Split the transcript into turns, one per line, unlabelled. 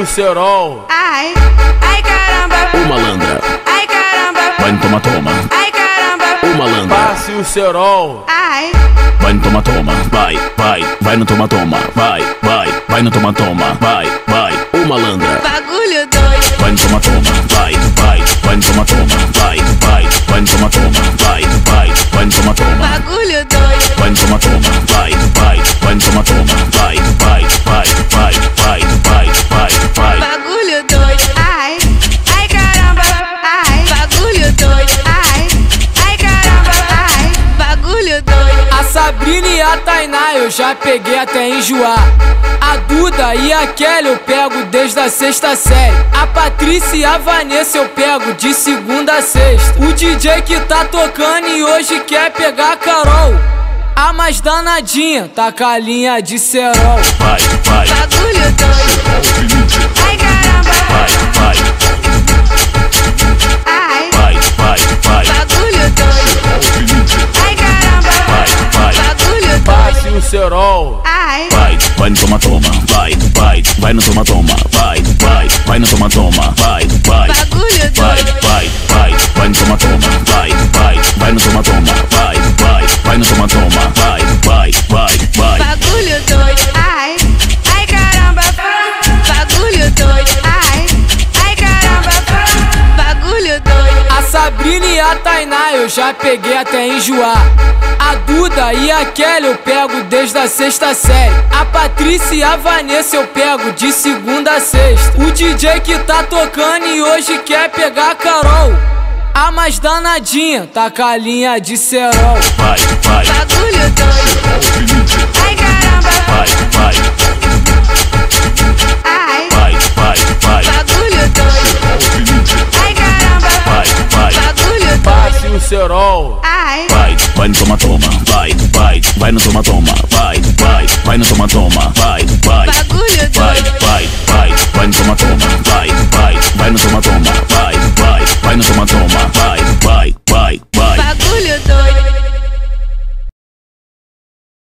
o cerol.
Ai, ai caramba,
Ô malandra,
ai caramba,
vai no toma toma.
ai caramba,
Ô malandra,
Passe o cerol.
ai,
vai no toma toma. Vai, vai, vai no toma toma. Vai, vai, vai no toma toma. Vai, vai. Ô malandra,
bagulho doido.
vai no toma toma. Vai, vai, vai no toma toma. Vai, vai, vai no toma toma. Vai, vai, vai no toma toma.
Bagulho doido,
Vai no toma toma. Vai, vai, vai no toma toma. Vai, vai, vai, vai, vai, vai, vai, vai.
bagulho doido. Ai, ai caramba, ai, bagulho doido. Ai, ai caramba, ai, bagulho doido.
A Sabrina e a Tainá eu já peguei até enjoar. A Duda e a Kelly eu pego desde a sexta série. A Patrícia e a Vanessa eu pego de segunda a sexta. O DJ que tá tocando e hoje quer pegar a Carol. A mais danadinha tá com a linha de cerol.
Vai, vai,
Bagulho doido. Ai caramba,
vai, vai,
ai,
vai, vai, vai.
bagulho doido. Ai caramba,
vai.
bagulho doido.
Passe o cerol.
Ai,
Vai, vai no toma toma, vai, vai, vai no toma toma, vai, vai, vai no toma toma, vai, vai,
bagulho
vai,
doido.
vai, vai, vai no toma toma, vai, vai, vai no toma toma, vai, vai, vai no toma toma, vai, vai, vai, vai.
Bagulho doido, ai, ai caramba, bagulho doido, ai, ai caramba, bagulho doido,
A Sabrina e a Tainá eu já peguei até enjoar. A Duda e a Kelly eu pego desde a sexta série. A Patrícia e a Vanessa eu pego de segunda a sexta. O DJ que tá tocando e hoje quer pegar a Carol. A mais danadinha tá com a linha de cerol.
Vai, vai,
bagulho doido, ai caramba,
vai, vai,
ai,
vai, vai, vai,
bagulho doido, ai caramba,
vai, vai.
bagulho doido,
Passe o cerol.
ai,
Vai, vai no toma toma, vai, vai, vai no toma toma, vai, vai, vai no toma toma, vai, vai.
bagulho
Vai,
doido,
vai, vai, vai no toma toma, vai, vai, vai no toma toma,